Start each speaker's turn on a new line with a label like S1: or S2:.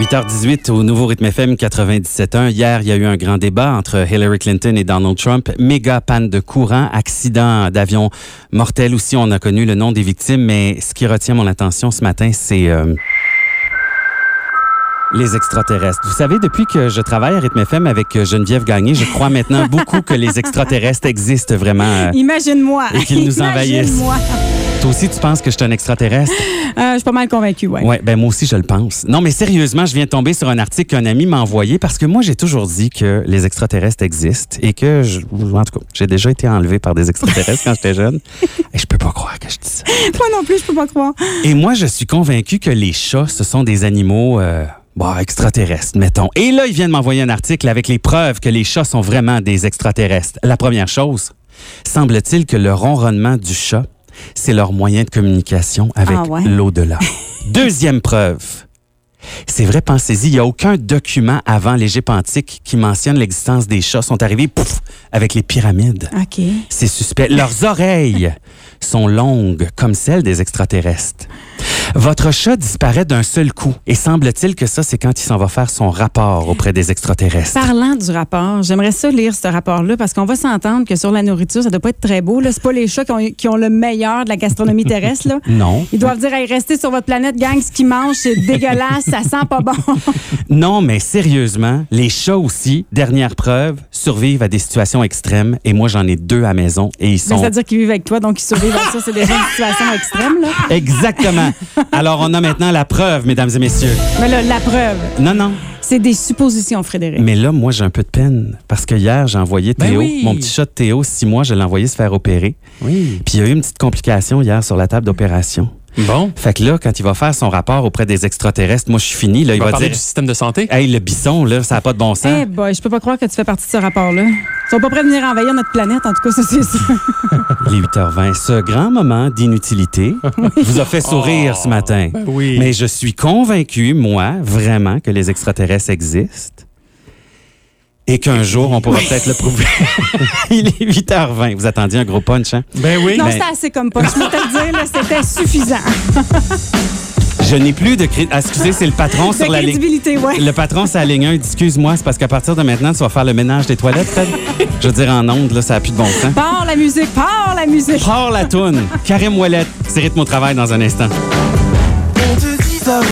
S1: 8h18 au nouveau rythme FM 97.1. Hier, il y a eu un grand débat entre Hillary Clinton et Donald Trump. Méga panne de courant, accident d'avion mortel aussi. On a connu le nom des victimes, mais ce qui retient mon attention ce matin, c'est euh, les extraterrestres. Vous savez, depuis que je travaille à Rythme FM avec euh, Geneviève Gagné, je crois maintenant beaucoup que les extraterrestres existent vraiment. euh,
S2: Imagine-moi.
S1: Et qu'ils nous envahissent.
S2: Imagine-moi.
S1: Toi aussi, tu penses que je suis un extraterrestre?
S2: Euh, je suis pas mal convaincue, ouais.
S1: Ouais, ben moi aussi je le pense. Non, mais sérieusement, je viens de tomber sur un article qu'un ami m'a envoyé parce que moi j'ai toujours dit que les extraterrestres existent et que je, en tout cas, j'ai déjà été enlevé par des extraterrestres quand j'étais jeune. Et je peux pas croire que je dis ça.
S2: Moi non plus, je peux pas croire.
S1: Et moi je suis convaincu que les chats ce sont des animaux euh, bon, extraterrestres, mettons. Et là, il vient de m'envoyer un article avec les preuves que les chats sont vraiment des extraterrestres. La première chose, semble-t-il que le ronronnement du chat, c'est leur moyen de communication avec
S2: Ah ouais?
S1: l'au-delà. Deuxième preuve. C'est vrai, pensez-y, il n'y a aucun document avant l'Égypte antique qui mentionne l'existence des chats. Ils sont arrivés pouf, avec les pyramides.
S2: OK.
S1: C'est suspect. Leurs oreilles sont longues comme celles des extraterrestres. Votre chat disparaît d'un seul coup et semble-t-il que ça, c'est quand il s'en va faire son rapport auprès des extraterrestres.
S2: Parlant du rapport, j'aimerais ça lire ce rapport-là parce qu'on va s'entendre que sur la nourriture, ça doit pas être très beau. là. C'est pas les chats qui ont, qui ont le meilleur de la gastronomie terrestre. Là.
S1: Non.
S2: Ils doivent dire, hey, restez sur votre planète, gang, ce qu'ils mangent, c'est dégueulasse, ça sent pas bon.
S1: Non, mais sérieusement, les chats aussi, dernière preuve, survivent à des situations extrêmes et moi, j'en ai deux à maison et ils sont
S2: C'est-à-dire qu'ils vivent avec toi, donc ils survivent à ça. C'est déjà une situation extrême. Là.
S1: Exactement. Alors, on a maintenant la preuve, mesdames et messieurs.
S2: Mais là, la preuve,
S1: Non, non.
S2: c'est des suppositions, Frédéric.
S1: Mais là, moi, j'ai un peu de peine parce que hier, j'ai envoyé
S3: Ben
S1: Théo,
S3: oui.
S1: mon petit chat de Théo, six mois, je l'ai envoyé se faire opérer.
S3: Oui.
S1: Puis il y a eu une petite complication hier sur la table d'opération.
S3: Bon.
S1: Fait que là, quand il va faire son rapport auprès des extraterrestres, moi, je suis fini. Là, il
S3: On va
S1: va
S3: Eh parler
S1: dire
S3: du système de santé.
S1: Hey, le bison, là, ça n'a pas de bon
S2: Eh
S1: sens.
S2: boy, je peux pas croire que tu fais partie de ce rapport-là. Ils sont pas prêts de venir envahir notre planète, en tout cas, ça c'est sûr.
S1: Les 8h20, ce grand moment d'inutilité vous a fait sourire
S3: Oh,
S1: ce matin.
S3: ben oui.
S1: Mais je suis convaincu, moi, vraiment, que les extraterrestres existent. Et qu'un jour, on pourra peut-être le prouver. Il est 8h20. Vous attendiez un gros punch, hein?
S3: Ben oui.
S2: Non,
S1: mais-
S2: c'était assez comme pas. Je peux te le dire, là, c'était suffisant.
S1: Je n'ai plus de crédit. excusez, c'est le patron sur
S2: de
S1: la ligne.
S2: crédibilité, ouais.
S1: Le patron, c'est la ligne 1. Il dit, Excuse-moi, c'est parce qu'à partir de maintenant, tu vas faire le ménage des toilettes, Fred. Je veux dire, en ondes, là, ça n'a plus de bon sens.
S2: Par la musique, par la musique.
S1: Hors la toune. Karim Ouellet, c'est rythme au travail dans un instant.